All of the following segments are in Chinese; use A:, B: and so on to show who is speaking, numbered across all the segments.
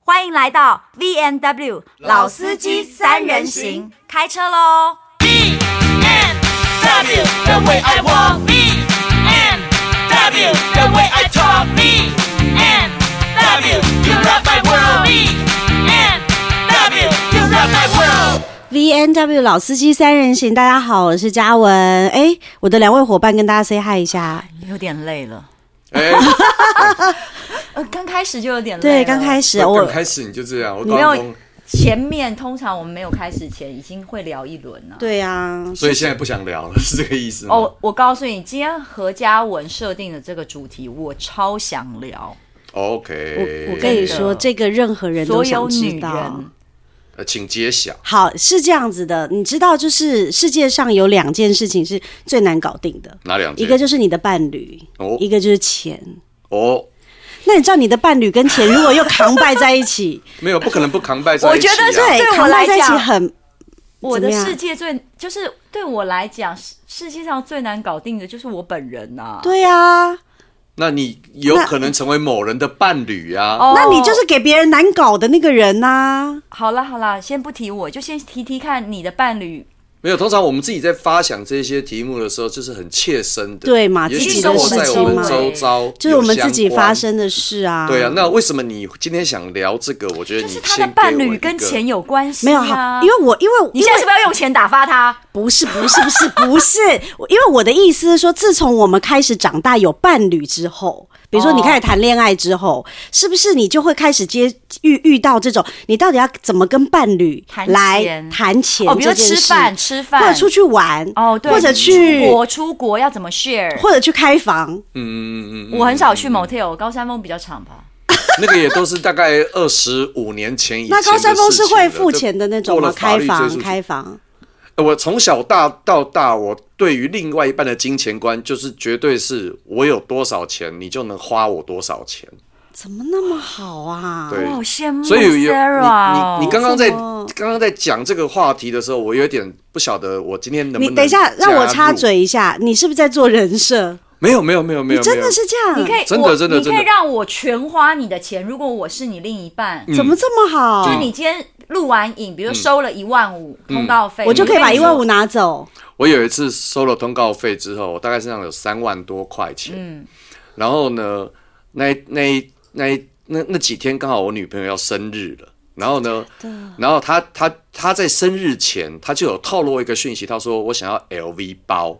A: 欢迎来到 V N W 老司机三人行，开车喽！
B: B and W, the way I walk. B and W, the way I talk. B and W, you rock my world. B and W, you rock my world.
C: V N W 老司机三人行，大家好，我是嘉文。哎，我的两位伙伴跟大家 say hi 一下。
A: 有点累了，
D: 哎，
A: 呃，刚开始就有点累
C: 对，
A: 了。
C: 刚开始
D: 刚
C: 啊我
D: 开始你就这样，我
A: 你没
D: 高
A: 有
D: 中，
A: 前面通常我们没有开始前已经会聊一轮了。
C: 对啊，
D: 所以现在不想聊了，是这个意思吗？
A: 哦，我告诉你，今天何嘉文设定的这个主题，我超想聊，
D: o k
C: 我我跟
A: 真
C: 你
A: 的
C: 说，这个任何人都
A: 所有
C: 想
A: 女
C: 知道
A: 人。。
D: 呃，请揭晓。
C: 好，是这样子的，你知道，就是世界上有两件事情是最难搞定的，
D: 哪两件
C: 一个就是你的伴侣，
D: 哦
C: 一个就是钱。
D: 哦，
C: 那你知道你的伴侣跟钱如 果又扛拜在一起，
D: 没有，不可能不扛拜在一起、啊。
A: 我觉得是 对我
C: 扛
A: 来
C: 拜在一起
A: 讲
C: 很
A: 我
C: 怎
A: 的
C: 么样
A: 世界最就是对我来讲，世世界上最难搞定的就是我本人呐、
C: 对啊。
A: 哦
D: 那你有可能成为某人的伴侣啊。
A: 哦
C: 那你就是给别人难搞的那个人啊呐、
A: 好啦好啦，先不提我，就先提提看你的伴侣，
D: 没有，通常我们自己在发想这些题目的时候，就是很切身的，
C: 对嘛
D: 也
C: 自
D: 许
C: 己
A: 的
D: 跟我
A: 事
D: 在
A: 情
D: 我
A: 嘛
D: 们周遭，
C: 就是我们自己发。生的事啊。
D: 对啊，那为什么你今天想聊这个？我觉得
A: 就
D: 你
A: 是
D: 先
A: 他的伴
D: 给我
A: 侣
D: 一
A: 跟
D: 个
A: 钱有关系、啊。
C: 没有好，因为我因为
A: 你现在是
C: 因
A: 不
C: 为
A: 是要用钱打发他？
C: 不是不是不是不是， 我因为我的意思是说，自从我们开始长大有伴侣之后，比如说
A: 哦
C: 你开始谈恋爱之后，是不是你就会开始接遇遇到这种，你到底要怎么跟伴侣
A: 谈
C: 来
A: 钱
C: 谈钱
A: 哦，比如
C: 这
A: 说
C: 件
A: 吃
C: 事？
A: 饭，吃饭，
C: 或者出去玩
A: 哦，对，
C: 或者
A: 出
C: 去
A: 国，出国要怎么 share？
C: 或者去开房，
D: 嗯嗯嗯嗯嗯，
A: 我很少去 motel，高山峰比较长吧。
D: 那个也都是大概二十五年前以前的
C: 那
D: 事情
C: 高
D: 了。
C: 山峰是会付
D: 就
C: 钱的那种
D: 过
C: 吗？
D: 了法
C: 开
D: 律追
C: 房
D: 溯
C: 开房，
D: 我从小大到大，我对于另外一半的金钱观，就是绝对是我有多少钱，你就能花我多少钱。
C: 怎么那么好啊？
D: 对
A: 我好羡慕
D: 所以有你你
A: Sarah 哦。
D: 你刚刚在
C: 怎么
D: 刚刚在讲这个话题的时候，我有点不晓得我今天能不
C: 你
D: 能
C: 等一下，让我
D: 加
C: 插
D: 入。
C: 嘴一下，你是不是在做人设？
D: 没有没有没有没
C: 你
D: 有，
C: 真
D: 没有
C: 的是这样？
A: 你可以，
D: 真的
A: 我
D: 真的
A: 你可
D: 真
A: 以
D: 的
A: 让我全花你的钱。如果我是你另一半，
D: 嗯
C: 怎么这么好？
A: 就是你今天录完影，比如收了一万五通告费，
D: 嗯
C: 我就可以把
A: 你
C: 一万五拿走。
D: 我有一次收了通告费之后，我大概身上有三万多块钱。
C: 嗯
D: 然后呢，那那那那那几天刚好我女朋友要生日了，然后呢，然后她她她在生日前，她就有透露一个讯息，她说我想要 LV 包。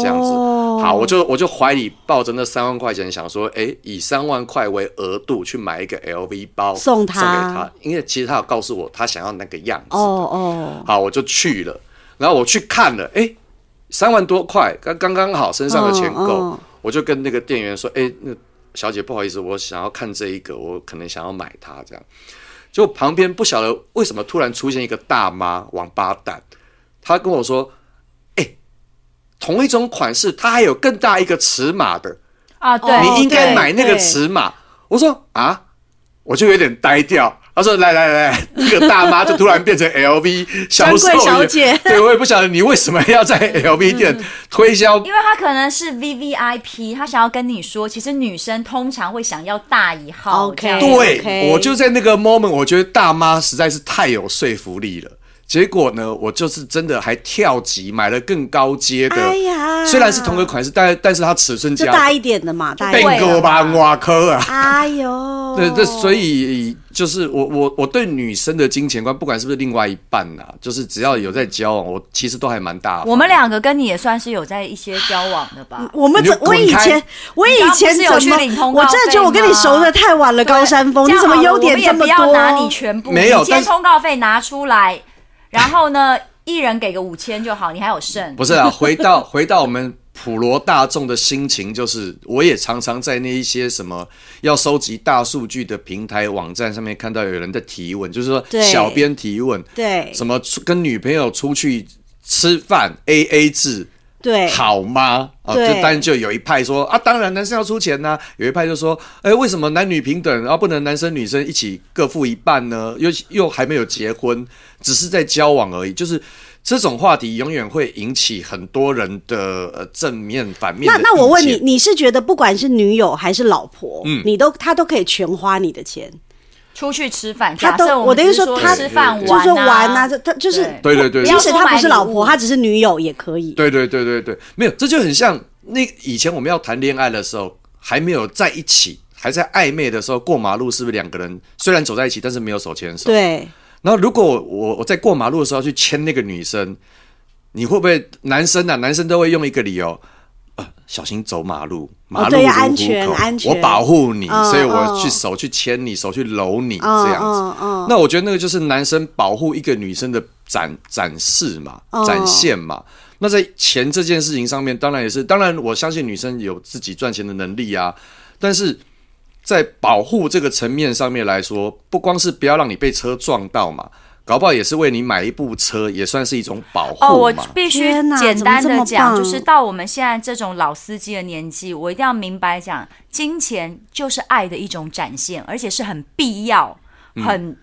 D: 这样子，
C: 哦
D: 好，我就我就怀里抱着那三万块钱，想说，哎、以三万块为额度去买一个 LV 包
C: 送
D: 她，
C: 她
D: 送给她，因为其实她有告诉我她想要那个样子的
C: 哦哦，
D: 好，我就去了，然后我去看了，哎，三万多块，刚刚刚好身上的钱够，
C: 嗯嗯
D: 我就跟那个店员说，哎，那小姐不好意思，我想要看这一个，我可能想要买它这样。就旁边不晓得为什么突然出现一个大妈王八蛋，她跟我说，哎，同一种款式，它还有更大一个尺码的，
A: 啊，对，
C: 哦
D: 你应该
C: 对
D: 买那个
C: 对
D: 尺码。我说啊，我就有点呆掉。他说：“来来来， 那个大妈就突然变成 LV 销售
C: 专
D: 员
C: 柜小姐嗯
D: 对我也不晓得你为什么要在 LV 店推销。
A: 因为他可能是 V V I P，他想要跟你说，其实女生通常会想要大一号
C: OK
A: 这样
D: 对
C: OK
D: 我就在那个 moment，我觉得大妈实在是太有说服力了。结果呢，我就是真的还跳级买了更高阶的，
C: 哎呀
D: 虽然是同个款式，但但是它尺寸
C: 就
D: 加
C: 大一点的嘛，大一
A: 变
C: 点。
D: 变
A: 贵了
D: 个吧，哇科啊！
C: 哎呦，
D: 对，这所以就是我我我对女生的金钱观，不管是不是另外一半呐、就是只要有在交往，我其实都还蛮大方。
A: 我们两个跟你也算是有在一些交往的吧？
C: 我们
D: 你就
C: 怎？我
D: 滚
C: 以
D: 开
C: 前，我以
A: 刚刚
C: 前
A: 不是
C: 怎
A: 有
C: 么
A: 去领通？告
C: 我真的觉得我跟你
A: 费吗
C: 熟的太晚了，高山峰，
A: 这
C: 你
A: 样
C: 怎么
A: 好了
C: 优点
A: 我们也
C: 这么
A: 不要拿你
C: 多？
A: 全部，
D: 没有
A: 你今
D: 但
A: 天
D: 是
A: 通告费拿出来，然后呢， 一人给个五千就好，你还有剩。
D: 不是啊，回到 回到我们普罗大众的心情，就是我也常常在那一些什么要收集大数据的平台网站上面看到有人在提问，就是说
C: 对
D: 小编提问，
C: 对
D: 什么出跟女朋友出去吃饭 A A 制，
C: 对，
D: 好吗？啊，就
C: 对
D: 当然就有一派说啊，当然男生要出钱呐、有一派就说，哎、为什么男女平等，然、后不能男生女生一起各付一半呢？又又还没有结婚，只是在交往而已，就是。这种话题永远会引起很多人的呃正面、反面
C: 那
D: 的
C: 那我
D: 意
C: 问
D: 见
C: 你，
D: 嗯
C: 你是觉得不管是女友还是老婆，你都她都可以全花你的钱？
A: 出去吃饭，
C: 他
A: 假
C: 都
A: 设我
C: 我
A: 们
C: 的意
A: 只
C: 思
A: 是
C: 说
A: 说
C: 他
A: 吃饭
D: 对
C: 就
A: 玩
C: 是玩啊，这他就是
D: 对对对
A: 不
D: 对
A: 要
C: 即
A: 说
C: 使她不是老
A: 买礼
C: 婆，
A: 物
C: 她只是女友也可以。
D: 对对对对对，没有，这就很像那以前我们要谈恋爱的时候，还没有在一起，还在暧昧的时候，过马路是不是两个人虽然走在一起，但是没有手牵手？
C: 对，
D: 然后如果我我在过马路的时候去牵那个女生，你会不会男生啊？男生都会用一个理由。呃小心走马路，马路
C: 哦对
D: 如虎口、
C: 呀安全安全
D: 我保护你，
C: 嗯
D: 所以我去
C: 嗯
D: 手去牵你，手去搂你，
C: 嗯
D: 这样子。
C: 嗯嗯
D: 那我觉得那个就是男生保护一个女生的展展示嘛，
C: 哦
D: 展现嘛。那在钱这件事情上面，当然也是，当然我相信女生有自己赚钱的能力啊，但是在保护这个层面上面来说，不光是不要让你被车撞到嘛，搞不好也是为你买一部车，也算是一种保护嘛。
A: 哦，我必须
C: 天哪
A: 简单
C: 怎么这
A: 的
C: 么
A: 讲，
C: 棒
A: 就是到我们现在这种老司机的年纪，我一定要明白讲，金钱就是爱的一种展现，而且是很必要、
D: 嗯
A: 很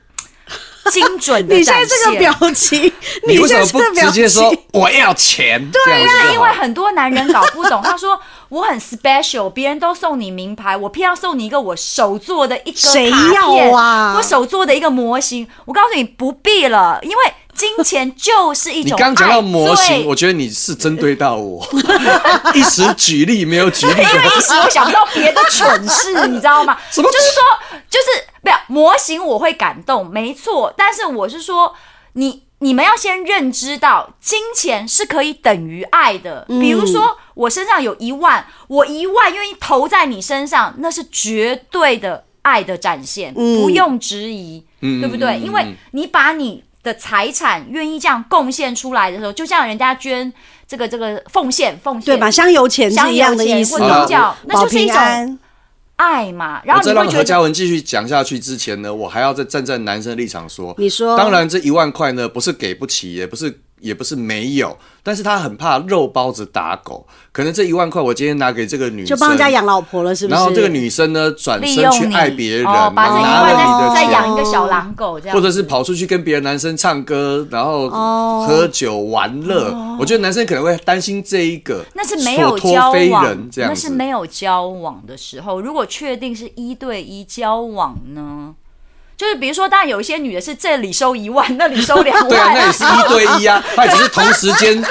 A: 精准的
C: 你现
A: 展
C: 在
A: 现。
C: 这个 表情，
D: 你为
C: 现
D: 什
C: 在
D: 么不
C: 这个表
D: 直接
C: 情，
D: 说我要钱？对呀、
A: 因为很多男人搞不 懂，他说我很 special，别人都送你名牌，我偏要送你一个我手做的一个
C: 谁
A: 卡片
C: 要啊
A: 我手做的一个模型。我告诉你不必了，因为金钱就是一
D: 你
A: 种
D: 刚刚讲到
A: 爱
D: 模型，
A: 最
D: 我觉得你是针对到我， 一时举例没有举例
A: 因为一时我想不到别的蠢事，你知道吗？
D: 什么
A: 就是说，就是不要模型，我会感动，没错。但是我是说，你你们要先认知到，金钱是可以等于爱的。
D: 嗯
A: 比如说，我身上有一万，我一万愿意投在你身上，那是绝对的爱的展现，
D: 嗯
A: 不用质疑，对不对？因为你把你。的财产愿意这样贡献出来的时候，就像人家捐这个这个奉献奉献，
C: 对吧？香油钱
A: 香
C: 是一样的
A: 油钱
C: 意思
A: 或
D: 者
C: 嘛
D: 宗
A: 教，那
C: 保
A: 就是一
C: 平
A: 种
C: 安
A: 爱嘛，然
D: 我
A: 后
D: 在
A: 啊你
D: 让
A: 会
D: 何
A: 觉
D: 嘉
A: 得
D: 文继续讲下去之前呢，我还要再站在男生立场说，
C: 你说
D: 当然这一万块呢，不是给不起，也不是也不是没有，但是他很怕肉包子打狗，可能这一万块我今天拿给这个女生，
C: 就帮人家养老婆了，是不是？
D: 然后这个女生呢转
A: 利
D: 身
A: 用
D: 去
A: 你
D: 爱别人，
A: 哦，把这一
D: 拿
A: 万
D: 了
A: 再
D: 你的
A: 再
D: 钱。
A: 养一个小狼狗这样，
D: 或者是跑出去跟别的男生唱歌，然后
A: 哦
D: 喝酒玩乐，我觉得男生可能会担心这一个，
A: 那是没有
D: 所
A: 交
D: 托非
A: 往
D: 人，这样
A: 那
D: 子
A: 是没有交往的时候。如果确定是一对一交往呢？就是比如说，当然有一些女的是这里收一万，那里收两万，
D: 对啊，那也是一对一啊，他也只是同时间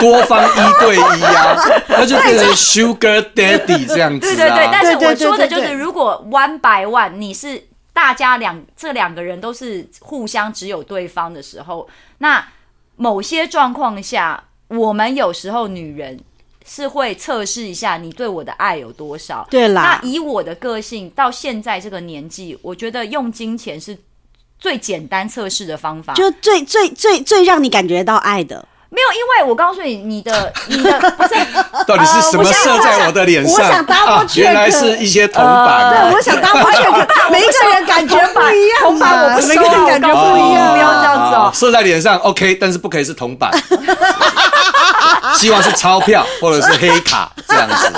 D: 多方一对一啊，那就变成 Sugar Daddy 这样子
A: 对
D: 啊。
A: 对对，但是
C: 对对
A: 我
C: 对
A: 说的
C: 对
A: 就是，
C: 对
A: 如果 one by one，你是大家两这两个人都是互相只有对方的时候，那某些状况下，我们有时候女人是会测试一下你对我的爱有多少。
C: 对啦
A: 那以我的个性到现在这个年纪，我觉得用金钱是最简单测试的方法。
C: 就最最最最让你感觉到爱的，
A: 没有，因为我告诉你，你的你的不是
D: 到底是什么射在我的脸上？
C: 我想打我
D: 啊，
C: check
D: 原来是一些铜板啊、
C: 对，我想当我也可， 每一个人感觉不一样
A: 红
C: 嘛
A: 白我不收
C: 每个
D: 啊
C: 人感觉
A: 我告诉
C: 不
A: 你
C: 一样，
A: 不要这样子哦
D: 射在脸上 OK，但是不可以是铜板， 希望是钞票或者是黑卡这样子。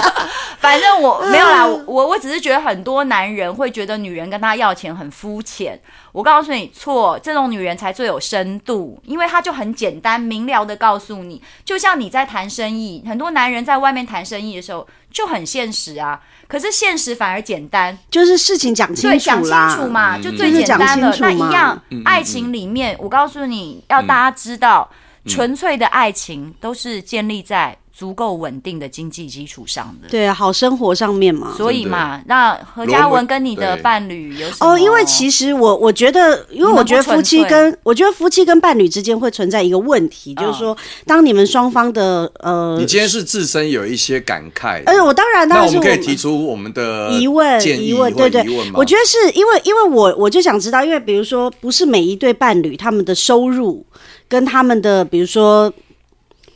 A: 反正我没有啦，
C: 嗯
A: 我我只是觉得很多男人会觉得女人跟他要钱很肤浅。我告诉你错，这种女人才最有深度，因为她就很简单明了的告诉你，就像你在谈生意，很多男人在外面谈生意的时候就很现实啊，可是现实反而简单，
C: 就是事情讲
A: 对，
C: 清
A: 讲
C: 楚
A: 清
C: 啦，嗯
A: 楚嘛，就最
C: 就是
A: 简
C: 讲
A: 单
C: 清
A: 了。
C: 楚
A: 那一
C: 嘛
A: 样，爱情里面，我告诉你要大家知道，纯粹的爱情都是建立在足够稳定的经济基础上的。
C: 对，好生活上面嘛。
A: 所以嘛，那何
D: 罗
A: 嘉
D: 文
A: 文跟你的
D: 对
A: 伴侣有什么？
C: 哦，因为其实我我觉得，因
A: 你
C: 为
A: 们
C: 我觉得
A: 不纯
C: 夫妻
A: 粹
C: 跟我觉得夫妻跟伴侣之间会存在一个问题，就
A: 嗯
C: 是说，当你们双方的呃
D: 你，今天是自身有一些感慨，
C: 而且我当然当
D: 那
C: 然
D: 我
C: 哎是
D: 们
C: 我
D: 可以提出我们的
C: 疑问
D: 建议
C: 疑
D: 或
C: 问，对对
D: 疑问吗，
C: 我觉得是因为因为我我就想知道，因为比如说，不是每一对伴侣他们的收入跟他们的比如说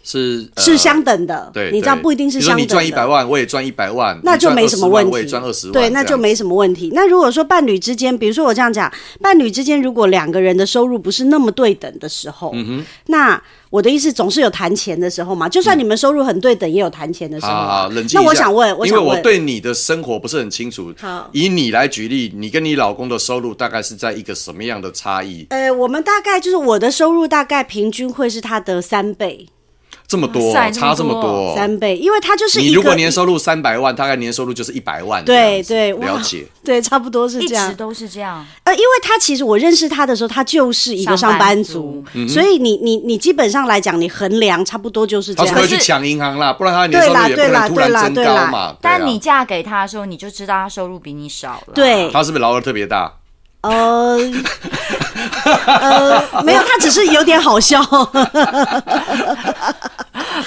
D: 是呃
C: 是相等的，
D: 对，
C: 你知道
D: 对
C: 不一定是
D: 比如
C: 相
D: 说你
C: 等的。
D: 赚一百万，我也赚一百万，
C: 那
D: 你
C: 就
D: 赚
C: 没什么
D: 20万
C: 问
D: 我也
C: 题，
D: 赚二十万，
C: 对，那
D: 这样
C: 就没什么问题。那如果说伴侣之间，比如说我这样讲，伴侣之间如果两个人的收入不是那么对等的时候，
D: 嗯
C: 那我的意思总是有谈钱的时候嘛。就算你们收入很对等，也有谈钱的时候
D: 嗯好好
C: 啊。
D: 冷静
C: 那
D: 一下
C: 我想问，我
D: 因为
C: 想
D: 我
C: 问，
D: 对你的生活不是很清楚。
C: 好
D: 以你来举例，你跟你老公的收入大概是在一个什么样的差异？
C: 呃，我们大概就是我的收入大概平均会是他的三倍，
D: 这么多
A: 哇塞，
D: 差
A: 这
D: 这
A: 么
D: 么
A: 啊多
D: 多。哦
C: 三倍，因为它就是一
D: 你
C: 个
D: 如果年收入三百万，大概年收入就是一百万这
C: 对
D: 样子。
C: 对哇
D: 了解。
C: 对，差不多是
A: 一
C: 这样
A: 直。都是这样，
C: 呃，因为他其实我认识他的时候，他就是一个上班族，
D: 嗯
C: 所以你你你基本上来讲，你衡量差不多就是这
D: 他是
C: 样
D: 不会
A: 可。
D: 去
A: 是
D: 抢银行啦，不然他的年收
C: 对啦
D: 入也不
C: 对啦
D: 能突然
C: 对啦
D: 增
C: 对
D: 高
C: 啦
D: 嘛。对啊
A: 但你嫁给他的时候，你就知道他收入比你少了。
C: 对，
D: 他是不是劳力特别大？
C: 呃呃，没有，他只是有点好 笑，不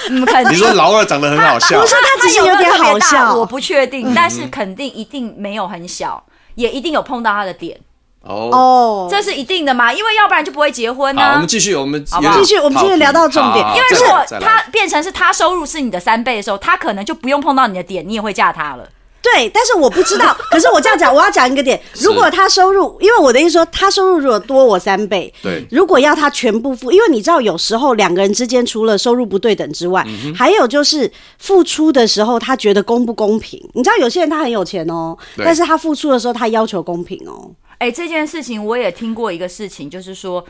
A: 嗯， 肯定
D: 你说劳尔长得很好笑，
C: 是他只是
A: 有没
C: 点
A: 特别
C: 好
A: 大
C: 笑。
A: 我不确
D: 嗯
A: 定，但是肯定一定没有很小，也一定有碰到他的点，
D: 哦。
C: 哦，
A: 这是一定的嘛？因为要不然就不会结婚
D: 好，我
A: 呐
D: 们。继续，我们
A: 好不好
D: 有点
C: 继续我们继续
D: 跑题
C: 聊到重点
D: 好好
A: 因为
D: 再
A: 如果
D: 来再来
A: 他变成是他收入是你的三倍的时候，他可能就不用碰到你的点，你也会嫁他了。
C: 对，但是我不知道。 可是我这样讲，我要讲一个点：如果他收入，因为我的意思说，他收入如果多我三倍，
D: 对
C: 如果要他全部付，因为你知道，有时候两个人之间除了收入不对等之外，
D: 嗯
C: 还有就是付出的时候，他觉得公不公平。你知道，有些人他很有钱哦，
D: 对
C: 但是他付出的时候，他要求公平哦。
A: 哎、这件事情我也听过一个事情，就是说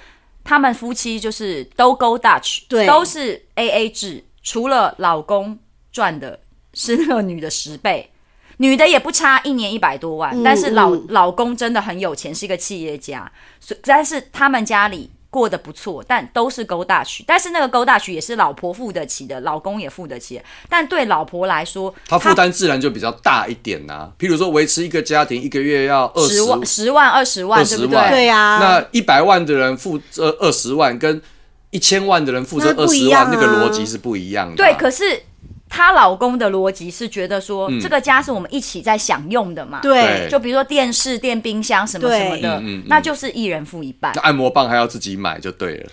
A: 他们夫妻就是都 go Dutch，
C: 对
A: 都是 A A 制，除了老公赚的是那个女的十倍，女的也不差，一年一百多万，但是老、老公真的很有钱，是一个企业家，所但是他们家里。过得不错，但都是 go Dutch，但是那个 go Dutch 也是老婆付得起的，老公也付得起的但对老婆来说，
D: 他负担自然就比较大一点呐、譬如说，维持一个家庭一个月要二
A: 十
D: 十
A: 万、十万、二十万，
D: 二
A: 对
D: 十
A: 不
D: 万，
A: 对？
C: 对啊
D: 那一百万的人负这二十万，跟一千万的人负责
C: 那
D: 二
C: 不一
D: 十
C: 样啊
D: 万，那个逻辑是不一样的啊、
A: 对，可是她老公的逻辑是觉得说，这个家是我们一起在享用的嘛，，
C: 对
D: 嗯对
A: 就比如说电视、电冰箱什么什么的
D: 对嗯嗯嗯，
A: 那就是一人付一 半
D: 那。按摩棒还要自己买就对了，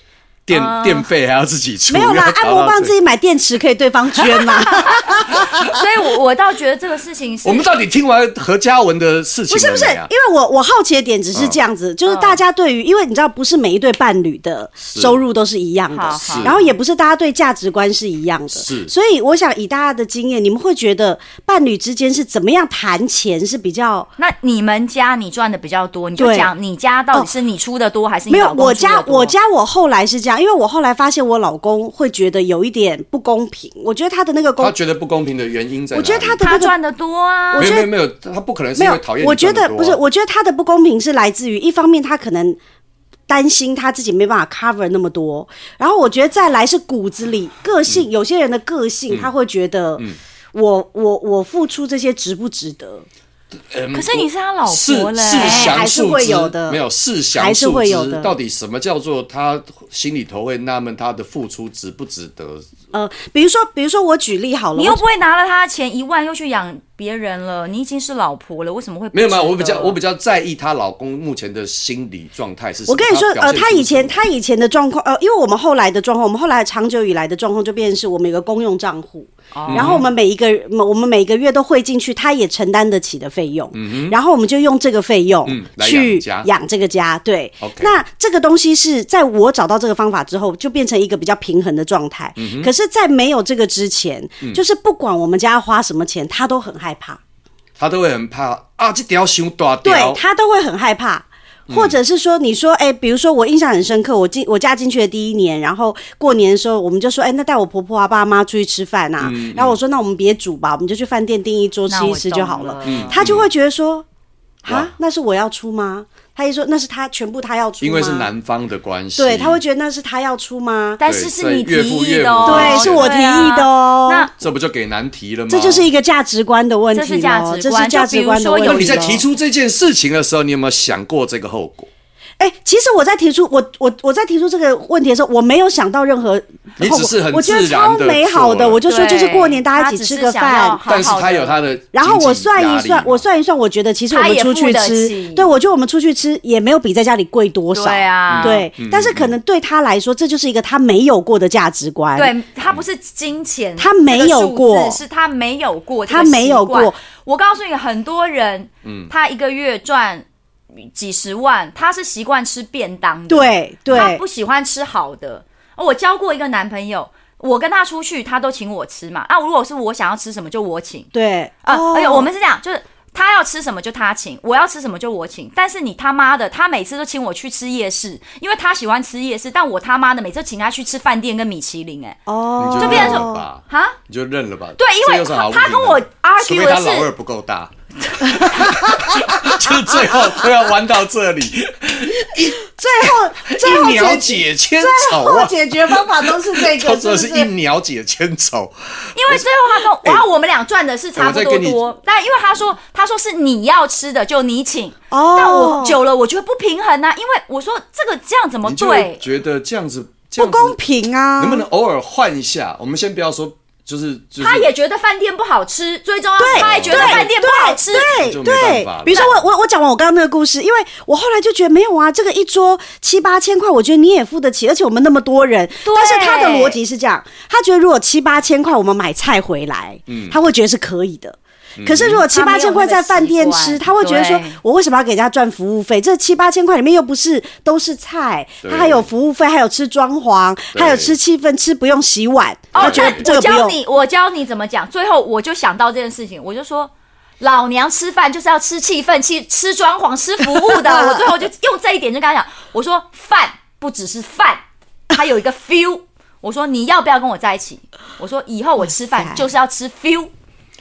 D: 电、
A: 啊
D: 电费还要自己出，
C: 没有啦
D: 要，
C: 啊按
D: 找
C: 摩
D: 到
C: 棒
D: 这
C: 自己买电池可以对方捐嘛？
A: 所以我我倒觉得这个事情是
D: 我们到底听完何嘉文的事情
C: 不
D: 了
C: 是不是，因
D: 没啊
C: 为我我好奇的点只是这样子，就是大家对于，因为你知道，不是每一对伴侣的收入都是一样
A: 好
C: 的
A: 好，
C: 然后也不是大家对价值观是一样的，
D: 是
C: 所以我想以大家的经验，你们会觉得伴侣之间是怎么样谈钱是比较？
A: 那你们家你赚的比较多，你就
C: 对
A: 讲你家到底是你出的多还是你
C: 没有
A: 老，
D: 哦
A: 公
C: 我
A: 出的
C: 家
A: 多
C: 我家我后来是这样，因为我后来发现我老公会觉得有一点不公平，我觉得他的那个公
D: 他，觉得不公平的原因在哪里？
C: 我觉得他的那
A: 他
C: 个
A: 赚的多啊
C: 我，
D: 没
C: 觉
D: 有
C: 得
D: 没有没有，他不可能是
C: 没
D: 因
C: 有
D: 为讨厌你
C: 我觉
D: 赚
C: 得
D: 多啊
C: 不是，我觉得他的不公平是来自于一方面他可能担心他自己没办法 cover 那么多，然后我觉得再来是骨子里个
D: 嗯
C: 性，有些人的个性他会觉得。我我我付出这些值不值得？
A: 可是你是他
C: 哦
A: 老
D: 是
A: 婆嘞，
D: 是详
C: 哎还是
D: 述
C: 会
D: 之
C: 有的
D: 没有是详
C: 还是
D: 述
C: 会
D: 之
C: 有的
D: 到底什么叫做他心里头会纳闷他的付出值不值得？
C: 呃，比如说，比如说我举例好了，
A: 你又
C: 我
A: 不会拿了他的钱一万又去养别人了，你已经是老婆了，为什么会不
D: 没有没有，
A: 值
D: 我比较
A: 得
D: 我比较在意她老公目前的心理状态是什么。
C: 我跟你说，
D: 表
C: 呃，
D: 现出
C: 他以前
D: 什么
C: 他以前的状况，呃，因为我们后来的状况，我们后来长久以来的状况就变成是我们有个公用账户，
D: 哦
C: 然后我们每一个我们每个月都汇进去，他也承担得起的费用，然后我们就用这个费用
D: 嗯来
C: 去
D: 养家
C: 养这个家，对
D: OK。
C: 那这个东西是在我找到这个方法之后，就变成一个比较平衡的状态。
D: 嗯
C: 可是，在没有这个之前，就是不管我们家花什么钱，他都很害怕。
D: 他都会很怕啊，这条熊大
C: 对
D: 条，
C: 他都会很害怕。
A: 嗯
C: 或者是说，你说，哎、比如说，我印象很深刻，我进我嫁进去的第一年，然后过年的时候，我们就说，哎、那带我婆婆啊、爸妈出去吃饭啊。
A: 嗯
C: 然后我说，那我们别煮吧，我们就去饭店订一桌
A: 那
C: 吃一
A: 哦我
C: 吃
A: 懂
C: 就好了。
A: 了
D: 嗯
A: 嗯
C: 他就会觉得说，啊
D: 哇，
C: 那是我要出吗？他一说那是他全部他要出吗，
D: 因为是男方的关系，
C: 对，他会觉得那是他要出吗？
A: 但是
D: 对
A: 是
D: 所以
A: 你提
D: 岳父
A: 议
D: 岳
A: 的哦，
D: 母对
C: 对，是我提议的
A: 对啊
C: 哦。
A: 那
D: 这不就给难题了吗？
C: 这就是一个价值观的问题
A: 这是价值
C: 咯
A: 观
C: 这是价值观的
A: 就比如
C: 问题
A: 说
D: 那
A: 有
C: 咯。
D: 你在提出这件事情的时候，你有没有想过这个后果？
C: 哎、其实我在提出我我我在提出这个问题的时候，我没有想到任何
D: 你
C: 后
D: 只
C: 果
D: 是很
C: 我觉得
D: 自然
C: 超
D: 地
C: 美好
D: 做
C: 的。
D: 了
C: 我就说，
A: 对
C: 就是过年大家一
A: 他
C: 起吃
A: 只
C: 个
A: 是想要
C: 饭。
A: 好好
D: 但
A: 地
D: 是他有他的，
C: 然后我算一算，我算一算，我觉得其实我
A: 他
C: 们
A: 也
C: 出
A: 付
C: 去
A: 得
C: 吃
A: 起，
C: 对我觉得我们出去吃也没有比在家里贵多少，
A: 对啊，
C: 对
D: 嗯
C: 但是可能对他来说，这就是一个他没有过的价值观，，
A: 对他不是金钱，
C: 哎他没有
A: 这个数字
C: 过
A: 是他没有过，
C: 他没有过
A: 这个习惯。我告诉你，很多人，
D: 嗯
A: 他一个月赚几十万，他是习惯吃便当的，
C: 对
A: 他
C: 对
A: 不，喜欢吃好的。哦我交过一个男朋友，我跟他出去，他都请我吃嘛。啊，如果是我想要吃什么，就我请。
C: 对，
A: 啊，
C: 哦
A: 而且我们是这样，就是他要吃什么就他请，我要吃什么就我请。但是你他妈的，他每次都请我去吃夜市，因为他喜欢吃夜市，但我他妈的每次请他去吃饭店跟米其林、哎，
C: 哦，
D: 你
A: 就变成
D: 认了吧，
A: 哈，
D: 你就认了吧。
A: 对因为
D: 这有什么好
A: 他
D: 问题的
A: 跟我 argue
D: 除非他
A: 的是
D: 老二不够大， 就最后都要玩到这里，
C: 最后最后
D: 一鸟
C: 解
D: 解千
C: 最
D: 愁
C: 后
D: 啊！
C: 解决方法都是这
D: 他
C: 个，
D: 真的是
C: 不
D: 一
C: 是？
D: 鸟解千愁，
A: 因为最后他跟我，然后我们俩赚的是差不
D: 我在
A: 多
D: 跟你
A: 多，但因为他说他说是你要吃的就你请，
C: 哦
A: 但我久了我觉得不平衡啊，因为我说这个这样怎么
D: 你就会
A: 对？
D: 觉得这样子这
C: 哦不
D: 样子
C: 公平啊！
D: 能不能偶尔换一下？我们先不要说，就是就是
A: 他也觉得饭店不好吃，最重要是
C: 对，
A: 他也觉得
C: 对
A: 饭店不好吃，
D: 就没办
C: 对对
D: 法了
C: 比如说我我我讲完我刚刚那个故事，因为我后来就觉得没有啊，这个一桌七八千块，我觉得你也付得起，而且我们那么多人。
A: 对
C: 但是他的逻辑是这样，他觉得如果七八千块我们买菜回来，
D: 嗯
C: 他会觉得是可以的。可是，如果七八千块在饭店吃，
A: 他
C: 他
A: 没有那
C: 会
A: 个习
C: 觉
A: 惯
C: 得说
A: 对，
C: 我为什么要给人家赚服务费？这七八千块里面又不是都是菜，
D: 对
C: 他还有服务费，还有吃装潢，
D: 对
C: 还有吃气氛，吃不用洗碗。他觉得
A: 哎
C: 这
A: 我
C: 个不
A: 教
C: 用。
A: 你，我教你怎么讲。最后我就想到这件事情，我就说。老娘吃饭就是要吃气氛、吃吃装潢、吃服务 的。我最后就用这一点就跟他讲，我说饭不只是饭，它有一个 feel。我说你要不要跟我在一起？我说以后我吃
C: 哇塞
A: 饭就是要吃 feel。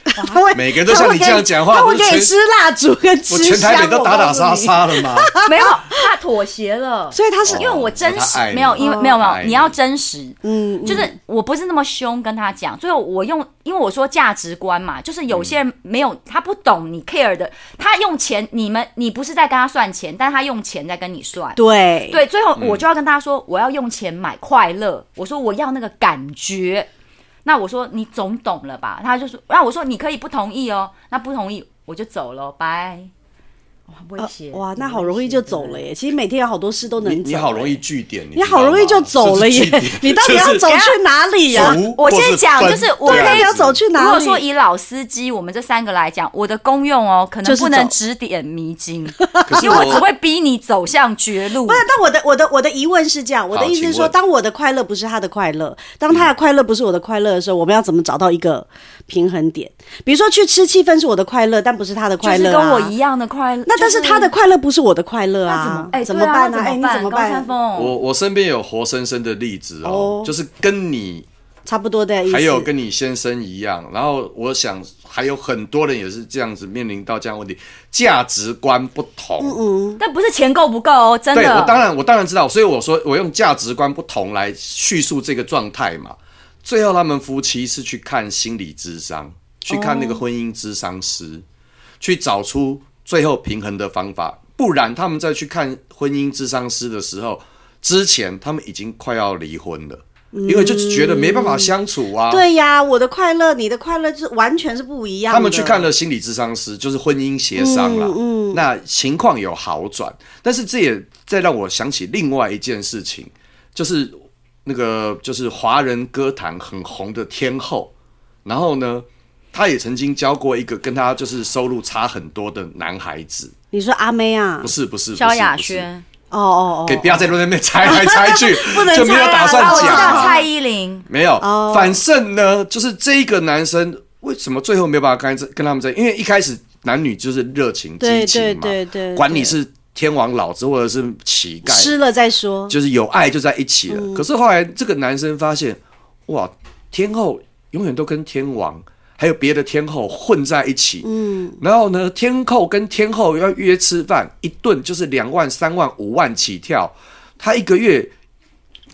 C: 他会
D: 每个人都像你这样讲话
C: 他会
D: 不
C: 给
D: 是
C: 你
D: 全
C: 吃蜡烛跟
D: 我
C: 吃
D: 全
C: 香，
D: 台北都打打杀
C: 我告诉
D: 杀了吗？
A: 没有，他妥协了。
C: 你。所以他是
A: 因为我真实
D: 哦他爱你
A: 没有，因为没有没
D: 他爱
A: 有，
D: 你
A: 你要真实，
C: 哦嗯
A: 嗯，就是我不是那么凶跟他讲，最后我用，因为我说价值观嘛，就是有些人没有他不懂你 care 的，他用钱，你们你不是在跟他算钱，但他用钱在跟你算，
C: 对
A: 对，最后我就要跟他说，我要用钱买快乐，我说我要那个感觉，那我说你总懂了吧？他就说，那我说你可以不同意哦，那不同意我就走了，拜。哇，威胁、
C: 呃哇，那好容易就走了耶！其实每天有好多事都
D: 你
C: 能走，
D: 你好容 易据点，你
C: 你
D: 知道
C: 好容易
D: 吗
C: 就走了耶
D: 就是啊据点！
C: 你到底要走去哪里呀
D: 就是？服
A: 我
D: 或
A: 先
D: 是
A: 讲
D: 分
A: 就是我
D: 这
A: 可以
D: 样
C: 到底要
D: 子
C: 走去
A: 如
C: 哪
A: 果
C: 里？
A: 说以老司机，我们这三个来讲，我的功用哦，可能
C: 就是
A: 不能
C: 走
A: 指点迷津，
D: 可是
A: 因为我只会逼你走向绝路
C: 不。是，但我的我的我的疑问是这样，我的
D: 好
C: 意思是
D: 请
C: 说，
D: 问嗯
C: 当我的快乐不是他的快乐，当他的快乐不是我的快乐的时候，我们要怎么找到一个平衡点？比如说去吃气氛是我的快乐，但不是他的
A: 就
C: 快
A: 是
C: 乐、啊、
A: 跟我一样的快乐，
C: 那但是他的
A: 就
C: 快乐不是我的快乐
A: 那怎
C: 啊
A: 么，哎
C: 怎
A: 对啊
C: 办呢、
A: 那
C: 哎、你怎么
A: 高山
C: 办？
A: 峰，
D: 我我身边有活生生的例子哦，
C: 哦
D: 就是跟你
C: 差不多的意思。
D: 还有跟你先生一样，然后我想还有很多人也是这样子面临到这样的问题，价值观不同。
A: 但不是钱够不够哦，真
D: 对我当
A: 的。
D: 然我当然知道，所以我说我用价值观不同来叙述这个状态嘛。最后他们夫妻是去看心理智商，去看
A: 哦
D: 那个婚姻智商师，去找出最后平衡的方法。不然他们再去看婚姻智商师的时候，之前他们已经快要离婚了，因为就是觉得没办法相处啊。
C: 对呀，我的快乐，你的快乐是完全是不一样的。
D: 他们去看了心理智商师，就是婚姻协商啦。
A: 嗯
D: 那情况有好转，但是这也再让我想起另外一件事情，就是那个就是华人歌坛很红的天后，然后呢，她也曾经教过一个跟她就是收入差很多的男孩子，
C: 你说阿妹啊
D: 不，是不是，不是
A: 萧亚
D: 不是
A: 轩，
C: 哦哦
D: 可以不要在路那 边猜来猜去
C: 不能，
D: 就没有
C: 猜啊
D: 打算
C: 啊
A: 啊，
D: 讲
A: 我知
D: 嘛。
A: 道蔡依林，
D: 没有。
C: 哦
D: 反正呢，就是这一个男生为什么最后没有办法跟他跟他们在，因为一开始男女就是热情
C: 对
D: 激情嘛，
C: 对对对对
D: 管你是天王老子或者是乞
C: 哦，吃
D: 丐，
C: 了再说。
D: 就是有爱就在一起了。
C: 嗯
D: 可是后来这个男生发现，哇，天后永远都跟天王。还有别的天后混在一起，嗯，然后呢，天后跟天后要约吃饭，一顿就是两万、三万、五万起跳，他一个月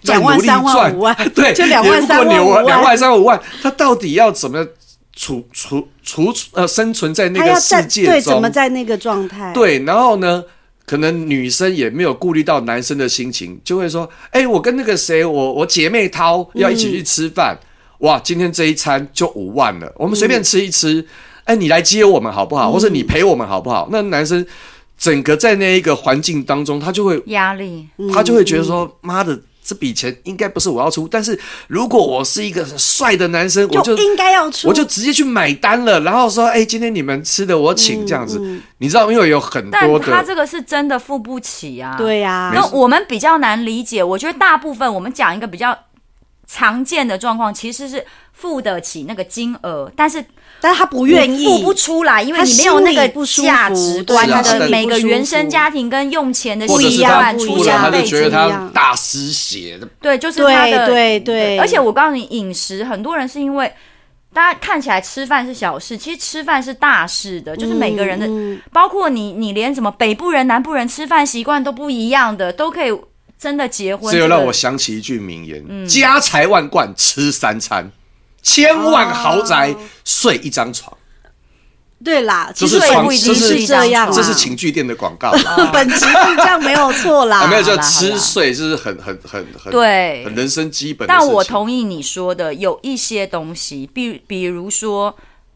D: 再
C: 两万
D: 努力
C: 三万
D: 赚
C: 五万
D: 对，
C: 就两万
D: 也不过
C: 三万
D: 两
C: 五万
D: 两万三万五万，他到底要怎么处处处呃生存在那
C: 他
D: 个
C: 要在
D: 世
C: 对
D: 界
C: 怎
D: 中
C: 么？在那个状态？，
D: 对，然后呢，可能女生也没有顾虑到男生的心情，就会说：“哎，我跟那个谁，我我姐妹涛要一起去吃饭，哇，今天这一餐就五万了，我们随便吃一吃，哎，你来接我们好不好？或者你陪我们好不好？”那男生整个在那一个环境当中，他就会
A: 压力。
D: 他就会觉得说：“妈的，这笔钱应该不是我要出，但是如果我是一个很帅的男生，我就
C: 就应该要出。
D: 我就直接去买单了。”然后说：“哎、今天你们吃的我
C: 嗯
D: 请，这样子，你知道，因为有很
A: 但
D: 多
A: 他
D: 的
A: 这个是真的付不起啊。
C: 对呀
A: 那，我们比较难理解，我觉得大部分我们讲一个比较常见的状况其实是付得起那个金额，但是
C: 但是他不愿
A: 你
C: 意，
A: 付不出来，因为
C: 他
A: 你没有那
C: 心
A: 个
C: 里不舒服
A: 价值观，
D: 对
A: 他
D: 是啊
A: 的每个
C: 心里不舒服
A: 原生家庭跟用钱的
D: 或者
A: 习
D: 是
A: 惯
D: 他
C: 不
A: 出
C: 一样
D: 哭
C: 不
D: 了，
C: 一
A: 家
D: 他
A: 背
D: 就
A: 景
D: 觉得
C: 不一样
D: 他大失血，
A: 对，就是
C: 对
A: 他的
C: 对对
A: 而且我告诉你，饮食很多人是因为大家看起来吃饭是小事，其实吃饭是大事的，就是每个人的，
C: 嗯
A: 包括你，你连什么北部人、南部人吃饭习惯都不一样的，都可以真的结婚。
D: 这又
A: 个
D: 让我想起一句名
A: 嗯
D: 言：家财万贯吃三餐，千
A: 哦
D: 万豪宅睡一张床。
C: 对啦，其
D: 这
C: 实
D: 是
A: 睡
D: 床，
A: 不一
D: 这
A: 定
D: 是
A: 是
C: 这样啦
D: 这是情趣店的广告。
C: 本质是这样没有错啦。
D: 啊，没有，就
A: 好啦
D: 吃睡是很很很很
A: 对
D: 很人生基本的事
A: 但
D: 情。
A: 我同意你说的，有一些东西，比比如说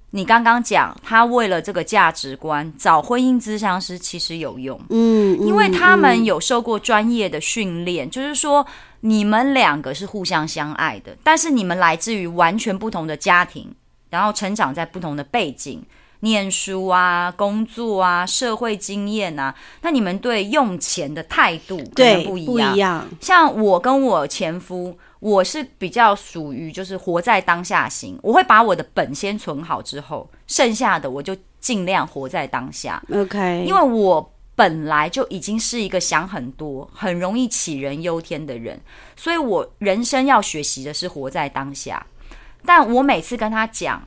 A: 你刚刚讲，他为了这个价值观找婚姻咨商师其实有用，嗯，因为他们有受过专业的训练，就是说你们两个是互相相爱的，但是你们来自于完全不同的家庭，然后成长在不同的背景。念书啊，工作啊，社会经验啊，那你们对用钱的态度可能
C: 对
A: 不一
C: 不
A: 样
C: 一，样，
A: 像我跟我前夫，我是比较属于就是活在当下型，我会把我的本先存好之后，剩下的我就尽量活在当下，
C: OK，
A: 因为我。本来就已经是一个想很多、很容易杞人忧天的人，所以我人生要学习的是活在当下。但我每次跟他讲，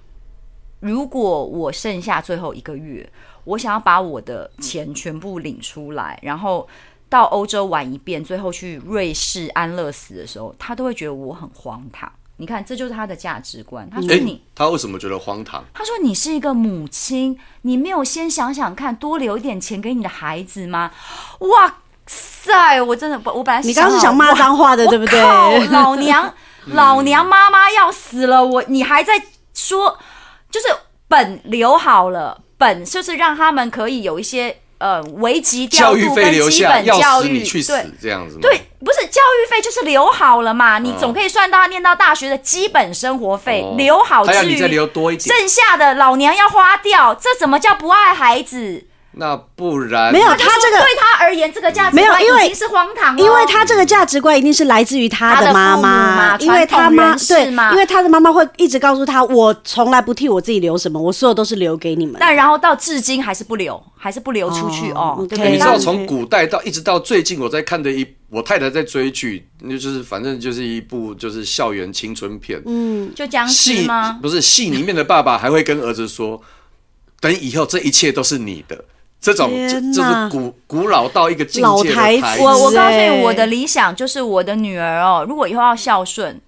A: 如果我剩下最后一个月，我想要把我的钱全部领出来，然后到欧洲玩一遍，最后去瑞士安乐死的时候，他都会觉得我很荒唐。你看，这就是他的价值观。他说
D: 哎
A: 你、
D: 他为什么觉得荒唐？
A: 他说：“你是一个母亲，你没有先想想看，多留一点钱给你的孩子吗？”哇塞，我真的，我本来
C: 你刚刚是想
A: 好
C: 骂脏话的，
A: 我
C: 对不对？嗯
A: 靠老娘，老娘妈妈要死了，我你还在说，就是本留好了，本就是让他们可以有一些呃危及调
D: 教育
A: 度
D: 费
A: 跟
D: 留
A: 基
D: 下，
A: 本
D: 要
A: 教
D: 死
A: 育，
D: 你去死
A: 对。
D: 这样子吗？
A: 对，，不是教育费就是留好了嘛，你总可以算到他念到大学的基本生活费、
D: 嗯哦
A: 留好
D: 他要
A: 至
D: 你
A: 于
D: 再留多一点，
A: 剩下的老娘要花掉，这怎么叫不爱孩子？
D: 那不然
C: 没有
A: 就
C: 他这个
A: 说对他而言，这个价值
C: 没有
A: 观
C: 因为
A: 已经是荒唐了，
C: 因为他这个价值观一定是来自于他的
A: 他
C: 妈
A: 的父母嘛
C: 因为他妈
A: 传统人士
C: 对，
A: 嘛
C: 因为他的妈妈会一直告诉他，我从来不替我自己留什么，我所有都是留给你们。
A: 但然后到至今还是不留，还是不流出去哦，
C: 哦 OK
A: 对不
D: 哎
A: 对？
D: 你知道
A: 那
D: 从古代到一直到最近，我在看的一我太太在追剧，那就是反正就是一部就是校园青春片。
A: 就僵尸
D: 戏
A: 吗？
D: 不是戏里面的爸爸还会跟儿子说：“等以后这一切都是你的。”这种就
C: 天
D: 就
C: 哪
D: 是古古老到一个境
C: 老
D: 界的
C: 台词
A: 我我
C: 是
A: 告诉
C: 欸
A: 你，我的理想就是我的女儿哦，如果以后要孝顺，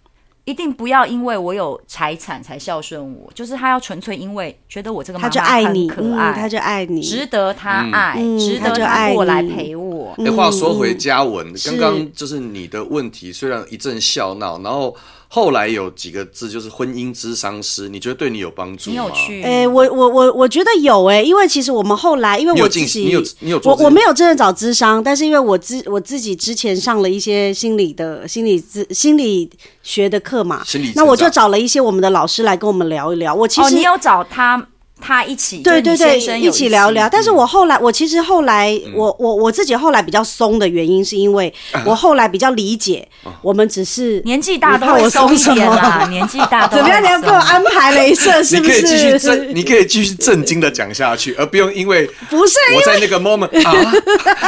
A: 一定不要因为我有财产才孝顺我，就是她要纯粹因为觉得我这个妈
C: 他
A: 妈
C: 就爱你，
A: 很可
C: 嗯，
A: 爱，
C: 他就爱你，
A: 值得她爱，
C: 嗯
A: 值
C: 她
A: 得
C: 就
A: 她
C: 爱
A: 过来
C: 你
A: 陪我。
D: 哎、话说回嘉文，刚
C: 是
D: 刚就是你的问题，虽然一阵笑闹，然后后来有几个字就是婚姻之商师，你觉得对你有帮助
A: 你
D: 吗？
A: 有去？
C: 哎、我我我我觉得有哎、因为其实我们后来，因为
D: 你有
C: 我自
D: 进
C: 己，
D: 你有你有做
C: 我
D: 这个
C: 我没有真的找咨商，但是因为我自我自己之前上了一些心理的心理咨心理学的课嘛
D: 心理成，
C: 那我就
D: 长
C: 找了一些我们的老师来跟我们聊一聊。我其实、
A: 哦，你有找他他一起，
C: 对
A: 就
C: 对
A: 是
C: 对
A: 你先生，有
C: 一起聊聊。但是我后来，我其实后来，我我我自己后来比较松的原因，是因为我后来比较理解，我们只是
A: 年纪大都
C: 你怕
A: 会
C: 我
A: 松
C: 松
A: 一
C: 什
A: 点啦，
C: 么？
A: 年纪大都
C: 怎么样？你
A: 会
C: 要给
A: 松
C: 我安排镭射，是
D: 你
C: 不
D: 可以继续正，
C: 是？
D: 你可以继续正经的讲下去，而不用因为
C: 不是，因
D: 我
C: 为
D: 在那个 moment 啊，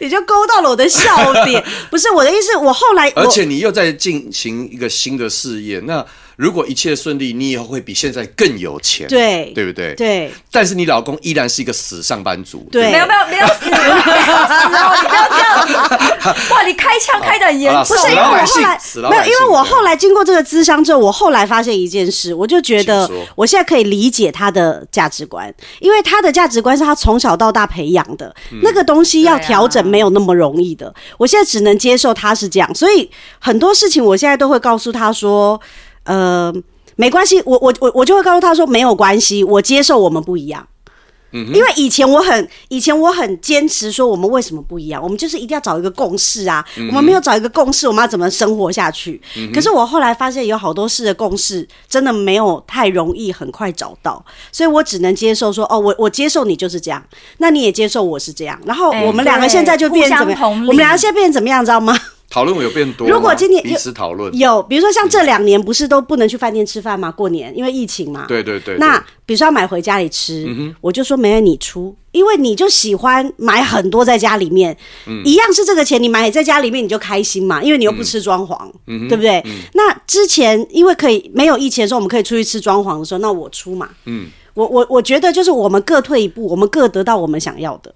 C: 你就勾到了我的笑点。不是我的意思，我后来我
D: 而且你又在进行一个新的事业。那如果一切顺利，你以后会比现在更有钱，
C: 对
D: 对不对？。
C: 对
D: 但是你老公依然是一个死上班族，
C: 对
A: 没有没有没有死，没有死哦！你不要这样 子，哇，你开枪开的很严
D: 好啦
A: 重，
C: 不是因为
D: 死老
C: 我
D: 百
C: 后
D: 姓
C: 来
D: 死老
C: 没有，
D: 百
C: 因
D: 姓
C: 为我
D: 对
C: 后来经过这个咨商之后，我后来发现一件事，我就觉得
D: 请说
C: 我现在可以理解他的价值观，因为他的价值观是他从小到大培养的，
D: 嗯
C: 那个东西要
A: 对啊
C: 调整没有那么容易的。我现在只能接受他是这样，所以很多事情我现在都会告诉他说，呃，没关系，我我我我就会告诉他说没有关系，我接受我们不一样。因为以前我很，以前我很坚持说我们为什么不一样，我们就是一定要找一个共识啊。我们没有找一个共识，我们要怎么生活下去？可是我后来发现有好多事的共识真的没有太容易，很快找到，所以我只能接受说哦，我我接受你就是这样，那你也接受我是这样，然后
A: 哎
C: 我们两个现在就变怎么
A: 对互相
C: 样？
A: 同理
C: 我们两个现在变怎么样，知道吗？
D: 讨论有变多吗。
C: 如果今年
D: 彼此讨论，
C: 有，比如说像这两年不是都不能去饭店吃饭吗？过年因为疫情嘛。
D: 对对对对嗯
C: 那比如说要买回家里吃，我就说没有你出，因为你就喜欢买很多在家里面，
D: 嗯
C: 一样是这个钱你买在家里面你就开心嘛，因为你又不吃装潢，
D: 嗯
C: 对不对？那之前因为可以没有疫情的时候，我们可以出去吃装潢的时候，那我出嘛。嗯，我我我觉得就是我们各退一步，我们各得到我们想要的。
D: 哦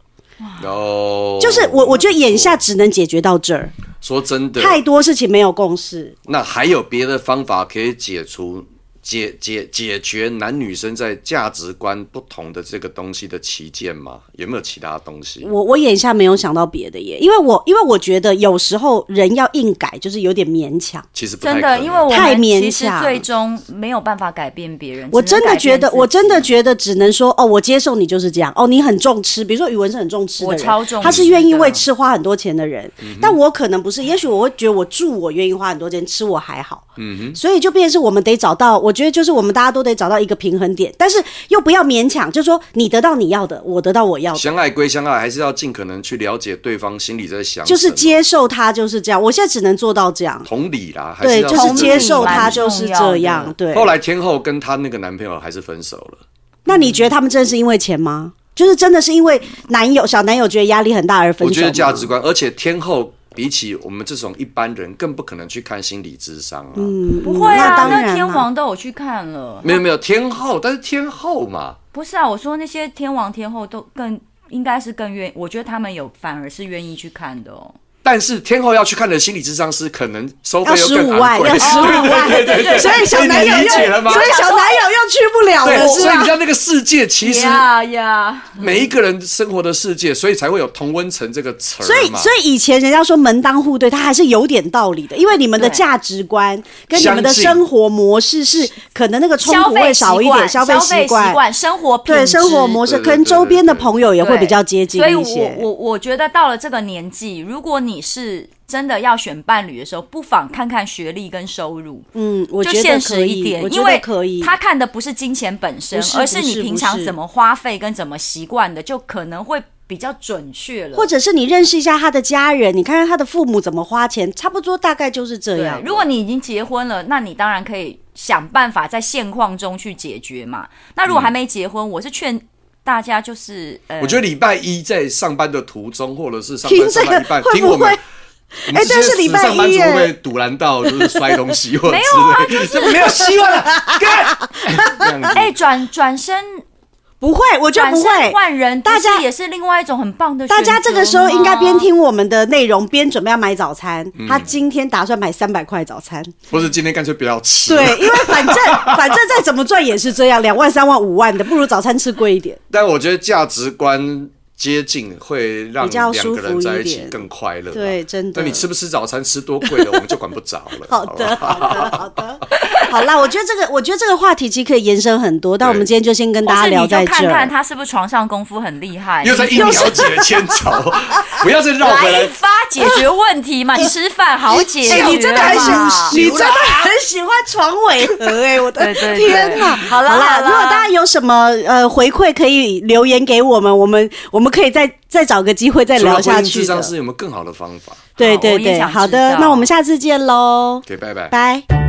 D: 然后
C: 就是我我觉得眼下只能解决到这儿，
D: 哦说真的，
C: 太多事情没有共识。
D: 那还有别的方法可以解除、解解解决男女生在价值观不同的这个东西的旗舰吗？有没有其他东西？
C: 我我眼下没有想到别的耶，因为我因为我觉得有时候人要硬改就是有点勉强。
D: 其实不太
A: 真
D: 可
A: 的，
D: 能
A: 因为我
C: 太
A: 们
C: 勉
A: 其实
C: 强
A: 最终没有办法改变别人。
C: 我
A: 只能
C: 真的
A: 改
C: 觉
A: 变
C: 得，
A: 自己
C: 我真的觉得只能说，哦，我接受你就是这样。哦，你很重吃，比如说宇文是很重吃的人，
A: 我超重
C: 他是
A: 吃
C: 愿意
A: 的嗯
C: 为吃花很多钱的人。但我可能不是，也许我会觉得我住我愿意花很多钱，吃我还好。嗯哼，所以就变成是我们得找到，我觉得就是我们大家都得找到一个平衡点，但是又不要勉强，就说你得到你要的，我得到我要的。
D: 相爱归相爱，还是要尽可能去了解对方心里在想什
C: 就
D: 么，
C: 是接受他就是这样，我现在只能做到这样。
D: 同理啦，还
C: 对，
D: 要
C: 就
D: 试
C: 是
D: 着
C: 接
A: 理
C: 受
A: 蛮
C: 他就是
A: 重要
C: 这
A: 的
C: 样。对，
D: 后来天后跟她那个男朋友还是分手了，
C: 那你觉得他们真的是因为钱吗？就是真的是因为男友小男友觉得压力很大而分手吗？
D: 我觉得价值观，而且天后比起我们这种一般人，更不可能去看心理智商啊。
C: 嗯
A: 不会
C: 那
A: 啊，
C: 当然
A: 那天
C: 啦
A: 王都有去看了。
D: 没有没有，天后，但是天后嘛，
A: 不是啊，我说那些天王天后都更应该是更愿，我觉得他们有反而是愿意去看的哦。
D: 但是天后要去看的心理智商师，可能收费
C: 要
D: 又
C: 十
D: 更
C: 五
D: 昂
C: 万，
D: 贵。
C: 要十五万，
A: 对对对对
C: 所以小男友
D: 你理
C: 又，所
D: 解了吗
C: 以小男友又去不了
D: 对，
C: 了，是
D: 所以你
C: 吧
D: 知？道那个世界，其实
A: 呀呀，
D: 每一个人生活的世界，所以才会有同温层这个词
C: 所以
D: 儿，嘛。
C: 所以以前人家说门当户对，他还是有点道理的，因为你们的
A: 对
C: 价值观跟你们的
D: 相近
C: 生活模式是可能那个冲
A: 消
C: 突
A: 费
C: 会
A: 习
C: 少一
A: 惯
C: 点，消费
A: 消费
C: 习
A: 习惯、生活品
C: 对生活
A: 质
C: 模式
D: 对对
C: 跟
D: 对
C: 周边的
D: 对
C: 朋友也会
A: 对
C: 比较接近
A: 所以
C: 一
A: 我
C: 些。
A: 我我觉得到了这个年纪，如果你是真的要选伴侣的时候，不妨看看学历跟收入。
C: 嗯，我
A: 就
C: 觉得
A: 现
C: 可
A: 实一
C: 以，我
A: 点，因
C: 觉得
A: 为
C: 可以。
A: 他看的不是金钱本身
C: 不是，
A: 而
C: 不是
A: 你平常
C: 不是
A: 怎么花费跟怎么习惯的，就可能会比较准确了。
C: 或者是你认识一下他的家人，你看看他的父母怎么花钱，差不多大概就是这样
A: 对，。如果你已经结婚了，那你当然可以想办法在现况中去解决嘛。那如果还没结婚，我是劝大家就是呃，
D: 我觉得礼拜一在上班的途中，或者是上
C: 听
D: 班
C: 这
D: 上
C: 个
D: 班一半，
C: 会
D: 听
C: 不
D: 我
C: 会
D: 们？我们
C: 哎
D: 这些
C: 但是礼
D: 死
C: 拜
D: 上班
C: 一
D: 族会不
C: 耶啊
D: 会堵拦到，就是摔东西或者之类的，就没有希望了，干 这样子。
A: 哎，转转身
C: 不会，我觉
A: 转
C: 得不
A: 身
C: 会。
A: 换人，
C: 大家
A: 不是也是另外一种很棒的选择
C: 大
A: 吗。
C: 家这个时候应该边听我们的内容，边准备要买早餐。
D: 嗯
C: 他今天打算买三百块早餐，
D: 或者今天干脆不要吃。
C: 对，因为反正 反正再怎么赚也是这样，两万、三万、五万的，不如早餐吃贵一点。
D: 但我觉得价值观接近会让
C: 比较
D: 两
C: 舒
D: 个人
C: 服
D: 在
C: 一
D: 一起
C: 点
D: 更快乐啦。啊
C: 对真的
D: 那你吃不吃早餐，吃多贵的，我们就管不着了。
C: 好
D: 不
C: 的，
D: 好
C: 好的，好的，好啦，我觉得这个，我觉得这个话题其实可以延伸很多，但我们今天就先跟大
A: 或
C: 家
A: 是
C: 聊
A: 你
C: 在
A: 就
C: 这
A: 看
C: 儿。
A: 看他是不是床上功夫很厉害，
D: 又在一
A: 你就
D: 了解千愁， 不要再绕回
A: 来
D: 来
A: 一。发解决问题 嘛，吃饭好解决
C: 哎
A: 嘛。
C: 你真的很喜欢，
D: 嘛
C: 你真的很喜欢床尾和哎、我的
A: 对 对对
C: 天哪！
A: 好啦
C: 啦，
A: 好啦
C: 如果大家有什么呃回馈，可以留言给我们，我们我们可以再再找个机会 再
D: 除了
C: 聊
D: 婚
C: 下
D: 姻
C: 去
D: 智
C: 的
D: 商。是有没有更好的方法
C: 对
A: 好
C: 对
A: 我也
C: 对，
A: 想
C: 好
A: 知
C: 的，
A: 道
C: 那我们下次见喽，
D: ？OK，拜拜。
C: 拜。